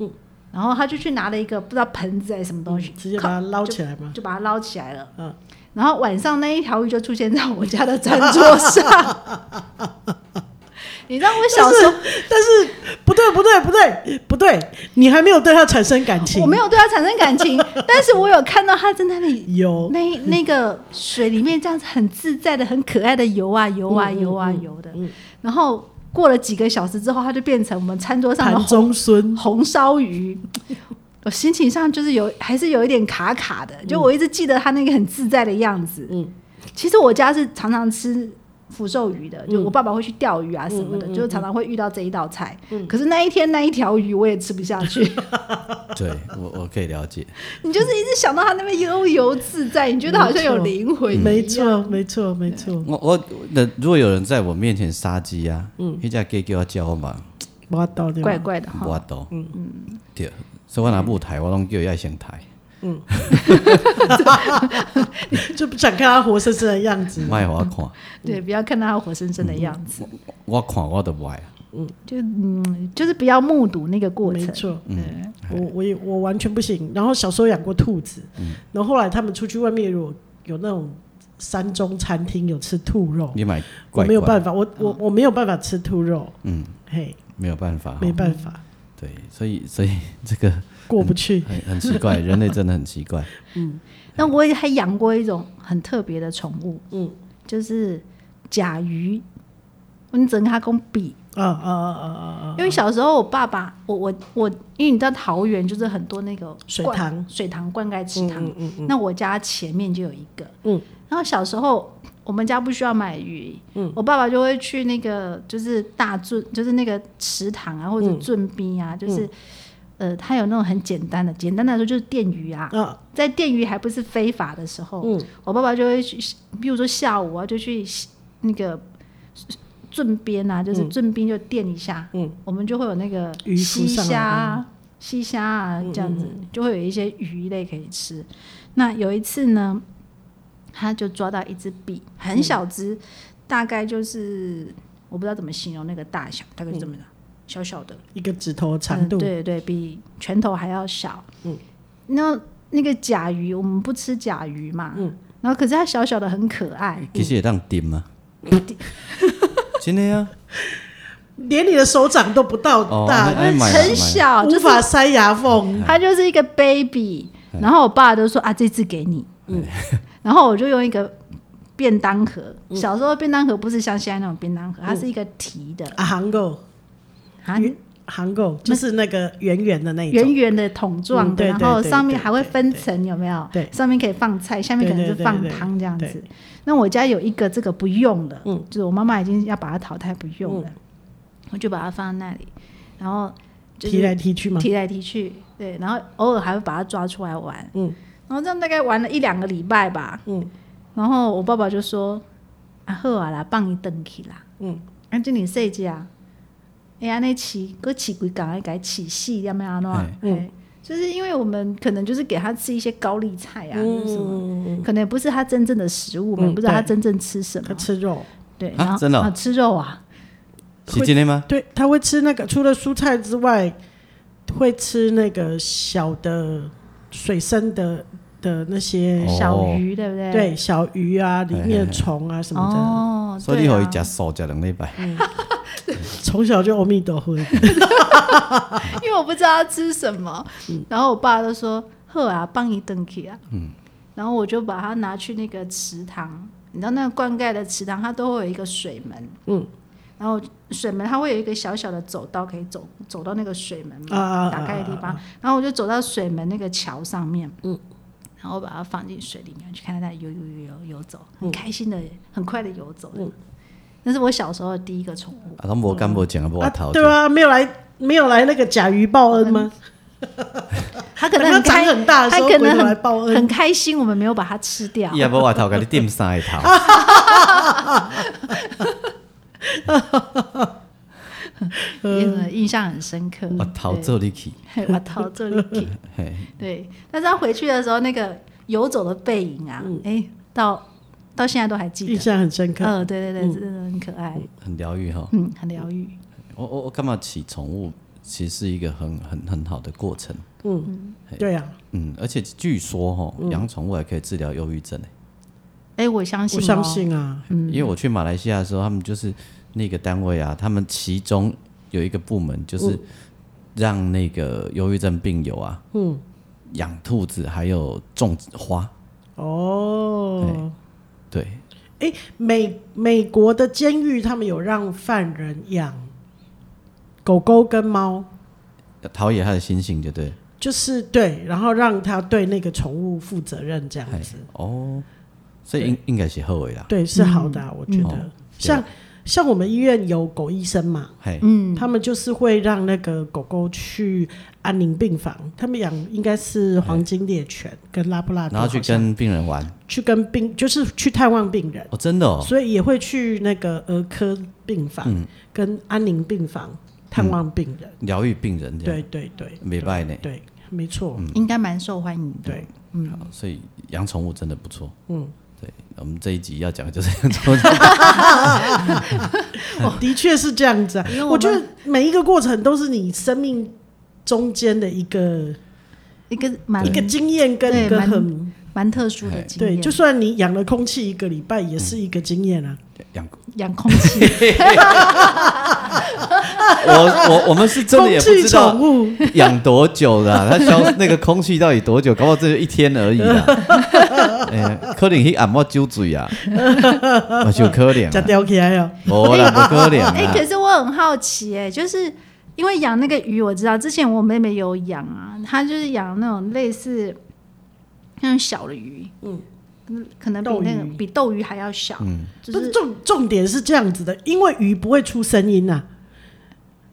B: 嗯，
C: 然后他就去拿了一个不知道盆子还是什么东西，
B: 直接
C: 靠
B: 把它捞起来吗？
C: 就把它捞起来了。
B: 嗯
C: 然后晚上那一条鱼就出现在我家的餐 桌上。你知道我小时候
B: 但是不对，不对，不对，不对，你还没有对他产生感情。
C: 我没有对它产生感情，但是我有看到它在那里
B: 有
C: 那那个水里面这样子很自在的、很可爱的游啊游啊
B: 嗯嗯
C: 游啊
B: 嗯
C: 游的。
B: 嗯
C: 然后过了几个小时之后，它就变成我们餐桌上的
B: 盘
C: 红
B: 中孙，
C: 红烧鱼。我心情上就是有，还是有一点卡卡的，就我一直记得它那个很自在的样子。
B: 嗯，
C: 其实我家是常常吃福寿鱼的，就
B: 嗯
C: 我爸爸会去钓鱼啊什么的，
B: 嗯嗯嗯嗯
C: 就常常会遇到这一道菜。可是那一天那一条鱼我也吃不下 去，
A: 对我我可以了解，
C: 你就是一直想到它那边悠游自在，你觉得好像有灵魂一
B: 嗯
C: 样。
B: 没错，没错，没错，
A: 我我那如果有人在我面前杀鸡啊，嗯，那只鸡叫我叫嘛，
B: 我要到掉。
C: 怪怪的
A: 我
C: 哈。
A: 懂，嗯嗯，对，所以我拿木台，我拢叫伊爱先抬，
B: 就不想看他活生生的样子。
A: 卖我看，
C: 对，不要看到它活生生的样子，
A: 我看我都不爱，
C: 就嗯，就是不要目睹那个过
B: 没
C: 程。
B: 错，
C: 嗯，
B: 我我也我完全不行。然后小时候养过兔子，然后后来他们出去外面如果有那种山中餐厅有吃兔肉，
A: 你买
B: 我
A: 怪
B: 没有
A: 怪，
B: 办法，我
C: 哦
B: 我我没有办法吃兔肉，
A: 嗯，
B: 嘿，
A: 没有办法，
B: 没办法，
A: 对，所以所以这个
B: 过不去。
A: 很很奇怪，人类真的很奇怪，
C: 那我也还养过一种很特别的宠物，
B: 嗯
C: 嗯，就是甲鱼，我们整个它跟比，
B: 啊啊啊啊啊！
C: 因为小时候我爸爸，我我我，因为你知道桃园就是很多那个
B: 水
C: 灌
B: 塘
A: 嗯
C: 水塘灌溉池塘，
B: 嗯嗯嗯，
C: 那我家前面就有一个，
B: 嗯，
C: 然后小时候我们家不需要买鱼，嗯，我爸爸就会去那个就是大圳，就是那个池塘啊或
B: 嗯
C: 者圳边啊，就是呃，它有那种很简单的，简单的来说就是电鱼啊，
B: 啊
C: 在电鱼还不是非法的时候，
B: 嗯
C: 我爸爸就会去，比如说下午啊，就去那个圳边啊，就是圳边就电一下，
B: 嗯，
C: 我们就会有那个
B: 鱼浮
C: 西
B: 上来
C: 虾
B: 啊
C: 啊、西虾啊
B: 嗯
C: 这样子，就会有一些鱼类可以吃。那有一次呢，他就抓到一只鳖，很小只，
B: 嗯
C: 大概就是我不知道怎么形容那个大小，大概就这么
B: 嗯
C: 的，小小的，
B: 一个指头的长度
C: 嗯，对对，比拳头还要小。
B: 嗯，
C: 那那个甲鱼，我们不吃甲鱼嘛。
B: 嗯，
C: 然后可是它小小的很可爱，
A: 其实也当点嘛，
B: 嗯
A: 真的 啊呀、
B: 连你的手掌都不到
A: 哦
B: 大，
A: 哎买了买
C: 很
A: 了
C: 小，哦就
B: 无
C: 是
B: 法塞牙缝。
C: 它就是一个 baby。然
A: 哎
C: 后我爸就说啊，这次给你。嗯， 然后我就用一个便当盒，
B: 嗯
C: 小时候便当盒不是像现在那种便当盒，它是一个提的
B: 啊，韩狗，
C: 啊，
B: 圆韩狗就是那个圆圆的那一
C: 圆
B: 种，
C: 圆的桶状
B: 嗯对
C: 的，然后
B: 对对
C: 上面
B: 对
C: 还会
B: 对
C: 分层，有没有？
B: 对
C: 上面可以放菜，下面可能
B: 对
C: 是
B: 对对
C: 放
B: 对
C: 汤这样
B: 对
C: 子。那我家有一个这个不用的，
B: 嗯
C: 就是我妈妈已经要把它淘汰不用了，我就把它放在那里，然后就
B: 踢
C: 是
B: 来踢去嘛。
C: 踢来踢去，对，然后偶尔还会把它抓出来玩，
B: 嗯
C: 然后这样大概玩了一两个礼拜吧，
B: 嗯
C: 然后我爸爸就说：“啊好啊啦，放伊登去啦，
B: 嗯，
C: 啊，这你细只啊，哎安尼饲，搁饲几工，还给饲死，要咩安怎样？
B: 嗯
C: 哎就是因为我们可能就是给他吃一些高丽菜啊，就是什么，
B: 嗯，
C: 可能也不是他真正的食物，我们
B: 嗯
C: 不知道他
B: 对
C: 真正吃什
B: 它
C: 么，
B: 吃肉，
C: 对，
A: 啊
C: 然后
A: 真的哦
C: 啊吃肉啊，
A: 是真的吗？
B: 对，它会吃那个除了蔬菜之外，会吃那个小的水生的的那些，
A: 哦哎
C: 小鱼对不对？
B: 对，小鱼啊，里面的虫啊什么的。
C: 哦，
A: 所以你
C: 对啊
A: 可以吃素吃两礼拜，
B: 啊从小就阿弥陀佛，
C: 嗯因为我不知道要吃什么。
B: 嗯
C: 然后我爸就说：“呵啊，帮你等去啊。”然后我就把它拿去那个池塘，你知道那个灌溉的池塘，它都会有一个水门，
B: 嗯，
C: 然后水门它会有一个小小的走道可以走走到那个水门嘛，
B: 啊啊啊
C: 打开的地方。然后我就走到水门那个桥上面，嗯。然后我把它放进水里面，去看它在游游游游游走，
B: 嗯
C: 很开心的，很快的游走。那是我小时候的第一个宠物。
A: 啊，拢无干无净啊，无
B: 啊
A: 头
B: 对啊，没有来没有来那个甲鱼报恩吗？
C: 他可
B: 等
C: 能
B: 它
C: 很
B: 长
C: 开
B: 很大的时
C: 他
B: 候
C: 可
B: 回
C: 能
B: 头来
C: 很
B: 报恩
C: 很开心，我们没有把它吃掉
A: 啊伊。也无外头，甲你点三个 头，啊
C: 嗯，印象很深刻。
A: 我头做你去，
C: 对，我逃 这里。
A: 嘿，
C: 对，但是他回去的时候，那个游走的背影啊，
B: 嗯
C: 哎，到到现在都还记
B: 印
C: 得。
B: 象很深刻。
C: 嗯，对对对，真的很可爱，
A: 很疗愈吼。
C: 嗯，很疗愈。
A: 我我我感觉起宠物其实是一个很很很好的过程，
B: 对啊，
A: 嗯，而且据说吼，
B: 嗯
A: 养宠物还可以治疗忧郁症诶。欸
C: 哎，我相信，
B: 我相。信啊，
C: 嗯
A: 因为我去马来西亚的时候，他们就是那个单位啊，他们其中有一个部门
B: 嗯
A: 就是让那个忧郁症病友啊，嗯，养兔子还有种花，
B: 哦，
A: 对，
B: 哎、美美国的监狱他们有让犯人养狗狗跟猫，
A: 陶冶他的心性，就对了。
B: 就是对，然后让他对那个宠物负责任这样
A: 哎
B: 子，
A: 哦，所以应应该是后悔啦，
B: 对，是好的啊、
C: 嗯
B: 我觉得。
A: 哦
B: 像像我们医院有狗医生嘛，
A: 嘿，
C: 嗯
B: 他们就是会让那个狗狗去安宁病房，他们养应该是黄金猎犬跟拉布拉多
A: 然
B: 好
A: 后
B: 像，
A: 去跟病人玩，
B: 去跟病就是去探望病人。
A: 哦，真的哦，嗯
B: 所以也会去那个儿科病房、跟安宁病房探望病人。
A: 疗愈病人这样，
B: 对对对，
A: 没败呢，
B: 对，没错，
A: 嗯
C: 应该蛮受欢迎的。
B: 对，
A: 好所以养宠物真的不错，嗯，对，我们这一集要讲的就是 养宠物，
B: 的确是这样子啊
C: 哦因为。我
B: 我
C: 们
B: 觉得每一个过程都是你生命中间的一个
C: 一个蛮
B: 一个经验跟
C: 对
B: 一个
C: 蛮
B: 很
C: 蛮特殊的经
B: 对，
C: 验，
B: 就算你养了空气一个礼拜，也
A: 嗯
B: 是一个经验啊。
A: 养
C: 养空气。
A: 我我我们是真的
B: 空
A: 也不
B: 气
A: 知道
B: 宠物，
A: 啊 养多久了、它消那个空气到底多久？搞不好这就一天而已啦。诶，啊哎可能迄暗我酒醉啊，嘛是有可能
B: 才
A: 啊，
B: 吊起来哦了。
A: 无啦，无可能
C: 哎、
A: 啊
C: 可。是我很好奇、哎，就是因为养那个鱼，我知道之前我妹妹有养啊，她就是养那种类似那种小的鱼，嗯，可能比
B: 斗
C: 那个
B: 鱼嗯
C: 比斗鱼还要小，就
B: 不是
C: 是
B: 重重点是这样子的，因为鱼不会出声音呐、啊
A: 嗯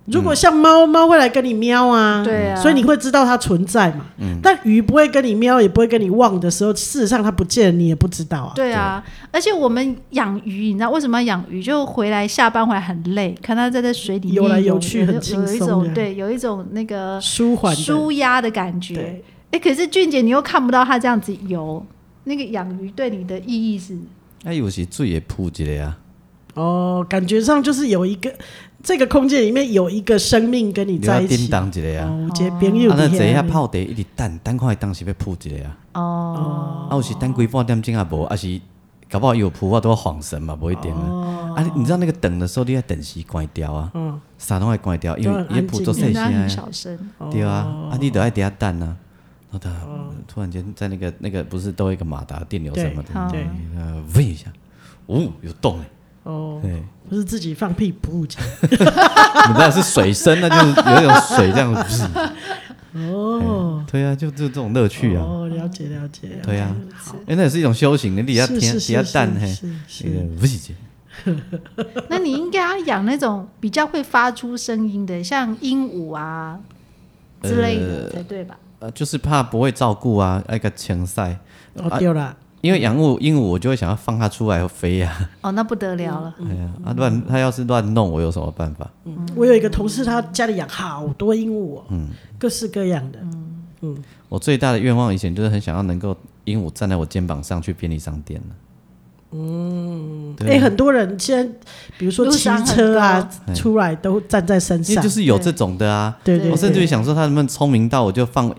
B: 如果像猫，猫会来跟你喵啊，
C: 对啊
B: 所以你会知道它存在嘛。
A: 嗯
B: 但鱼不会跟你喵，也不会跟你望的时候，事实上它不见了你也不知道啊。
C: 对啊，而且我们养鱼，你知道为什么要养鱼？就回来下班回来很累，看它在在水里面
B: 游来游
C: 有
B: 去
C: 有
B: 很
C: 有
B: 轻
C: 有一
B: 松
C: 种
B: 的
C: 对，有一种那个
B: 舒缓的，
C: 啊舒压的感觉。
B: 对，
C: 哎、可是俊杰，你又看不到它这样子游，那个养鱼对你的意义是？
A: 啊，有时水会扑一个啊，
B: 哦，感觉上就是有一个这个空间里面有一个生命跟你
A: 你要
B: 在一
A: 叮
B: 起。
A: 当一个啊，
B: 哦，杰朋友
A: 啊，咱坐
B: 在
A: 遐
B: 那里
A: 泡茶，一直等，等看伊当时要扑一个啊。
C: 哦，
A: 啊，有时等规半点钟也无，啊是搞不好有扑我都要晃神嘛，不一定
C: 哦
A: 啊。啊，你知道那个等的时候，你要等时关掉啊，
B: 嗯，
A: 啥拢爱关掉，因
B: 都
A: 为
B: 很
A: 伊扑做
B: 安
A: 细
C: 人
A: 声
C: 家很
A: 啊。
C: 小声，
A: 对
B: 哦
A: 啊，啊，你都爱底下等啊，然后他突然间在那个那个不是都有一个马达电流什么的，
B: 对，
A: 呃，问一下，哦，有动哎，
B: 哦，
A: 对，
B: 不是自己放屁不 讲。
A: 你知道是水声，那就是有一种水这样子， 哦，对啊，就就这种乐趣啊，
B: 哦，了解了解。
A: 对啊，哎，那也是一种修行，你底下
B: 是
A: 听
B: 是
A: 底
B: 是
A: 下等
B: 是
A: 嘿
B: 是，是
A: 呃，不是，
C: 那你应该要养那种比较会发出声音的，像鹦鹉啊之类的才对吧？
A: 呃，就是怕不会照顾啊，那个情塞，
B: 哦，对啦，
A: 因为养物鹦鹉，我就会想要放它出来飞呀，
C: 哦，那不得了了，
B: 嗯
A: 哎呀，啊乱，它要是乱弄，我有什么办法？
B: 我有一个同事，他家里养好多鹦鹉、哦，
A: 嗯
B: 各式各样的。
A: 我最大的愿望以前就是很想要能够鹦鹉站在我肩膀上去便利商店了。嗯，
B: 哎、
A: 对啊，
B: 很多人现在，比如说
C: 路
B: 骑
C: 上很
B: 车啊
A: 多，
B: 出来都站在身
A: 因为
B: 上，
A: 就是有这种的啊。
B: 对对
A: 我
B: 对
A: 甚至于想说，他能不能聪明到我就放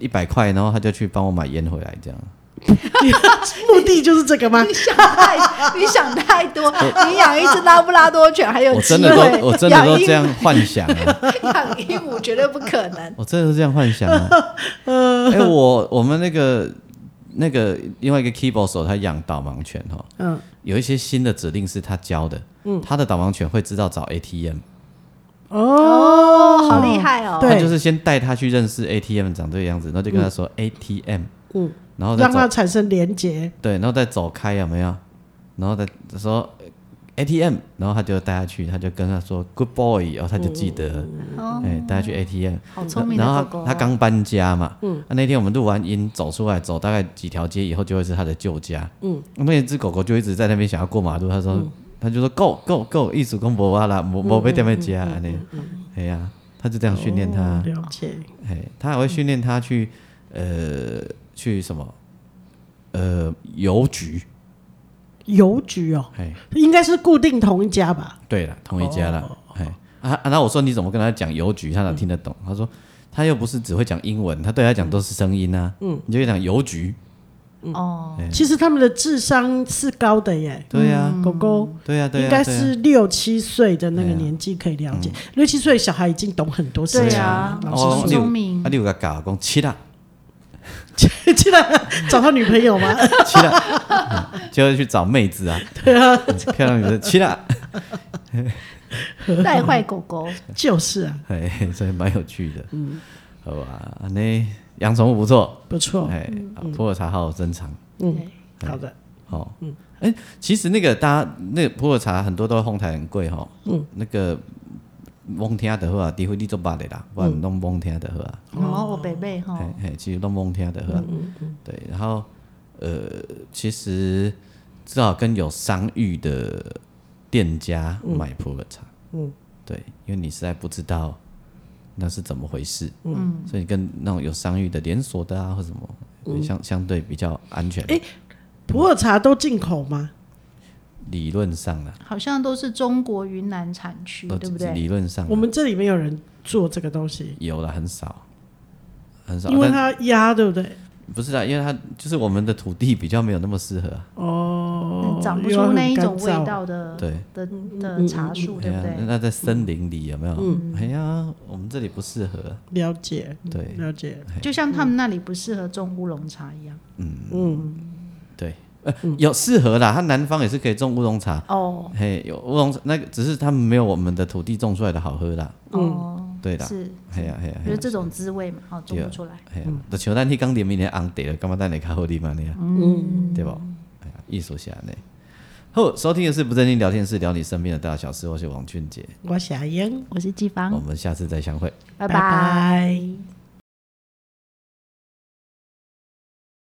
A: 一百块，然后他就去帮我买烟回来这样。
B: 目的就是这 个吗？
A: 嗯
C: 太 你想太多，你养一只拉布拉多犬还有
A: 我
C: 机
A: 真
C: 会
A: 的都，我真的
C: 养
A: 都
C: 鹦
A: 这样幻想啊，
C: 养鹦 鹉绝对不可能。
A: 我真的是这样幻想啊。哎，我我们那个那个另外一个 keyboard 手他养导盲犬哈，
B: 嗯，
A: 有一些新的指令是他教的，他的导盲犬会知道找 ATM。
B: 哦，
C: 好厉害哦！
B: 对
A: 他就是先带他去认识 ATM 长这个样子，然后就跟他说 ATM，
B: 嗯，
A: 然后再
B: 让它
A: 哦走，
B: 产生连结，
A: 对，然后再走开有没有？然后再说 ATM，然后他就带他去，他就跟他说 Good boy，然后他就记得了，
C: 哦，
A: 哎，带他去 ATM。
C: 好聪明的
A: 然后
C: 狗
A: 他
C: 狗。啊
A: 他刚搬家嘛，嗯，那天我们录完音走出来，走大概几条街以后就会是他的旧家，嗯，那只狗狗就一直在那边想要过马路，他说，他就说 Go Go Go，一直跟博啊啦，我我被掉在家，那，哎呀，他就这样训练他，
B: 哦了解，
A: 哎，他还会训练他去、呃去什么呃邮局，
B: 邮局哦，
A: 哎，
B: 应该是固定同一家吧？
A: 对了，同一家了，哎、啊啊，那我说你怎么跟他讲邮局，他哪听得懂？他说他又不是只会讲英文，他对他讲都是声音啊，嗯，你就跟他讲邮局，
C: 哦，
A: 嗯
B: 其实他们的智商是高的耶，
A: 对呀、
B: 狗狗。
A: 对呀、啊对呀、
B: 嗯应该
A: 对呀
B: 是六七岁的那个年纪可以了解，六七岁小孩已经懂很多事
C: 对
B: 情
C: 啊
B: 了。老
A: 啊
B: 师
A: 我
C: 哦
B: 说
A: 你有
C: 聪明
A: 啊，你有个搞讲七啦，
B: 进来找他女朋友吗？
A: 七啦，嗯就会去找妹子啊，对啊，漂亮女生七啦，
C: 带坏狗狗，
B: 就是啊，
A: 哎，所以蛮有趣的，嗯，好吧，那养宠物不错，
B: 不错，
A: 哎，啊普洱茶好好珍藏。
B: 嗯，好的，
A: 哦，嗯，哎，其实那个大家那个普洱茶很多都烘台很贵哈，嗯，那个蒙听的话，除非你做捌的啦，不然弄蒙听的话，
C: 哦，我贝贝哈，
A: 哎哎，其实弄蒙听的话，对，然后呃，其实至少跟有商誉的店家买普洱茶，嗯，对，因为你实在不知道那是怎么回事，嗯，所以跟那种有商誉的连锁的啊或什么，相相对比较安全，
B: 哎普洱茶都进口吗？
A: 理论上啦。
C: 好像都是中国云南产区，
A: 都
C: 嗯对不
A: 只
C: 对？
A: 理论上啊
B: 我们这里没有人做这个东西，
A: 有了很少，很少，
B: 因为
A: 啊但
B: 它压，对不对？
A: 不是啊，因为它就是我们的土地比较没有那么适合啊、
B: 哦，
C: 长不
B: 又要
C: 出
B: 很
C: 那一
B: 干
C: 种味
B: 燥。
C: 道的
A: 对，
C: 的的茶树，
A: 哎
C: 对不
A: 呀，
C: 对？嗯
A: 那在森林里有没有？哎呀，我们这里不适合啊、
B: 了解，
A: 对，
B: 了解，
C: 就像他们那里不适合种乌龙茶一样。
B: 嗯，
A: 对，呃，有适合啦，它南方也是可以种乌龙茶，
C: 嗯哦
A: 嘿，有乌龙茶那个，只是他们没有我们的土地种出来的好喝啦，
C: 哦，
A: 对哎啦，
C: 是，嗯
A: 嘿呀嘿呀
C: 就
A: 嘿
C: 是
A: 呀，
C: 这种滋味嘛，哦，种不出来。
A: 嘿呀，就像咱迄工啉明年红茶了，感觉咱会较好啉安尼啊，
C: 嗯
B: 嗯
A: 对不？哎呀，艺术下呢。好，收听的是不正经聊天室，聊你身边的大小事。我是王俊杰，
B: 我是阿英，
C: 我是季芳
A: 我，们下次再相会。
C: 拜
B: 拜拜
C: 拜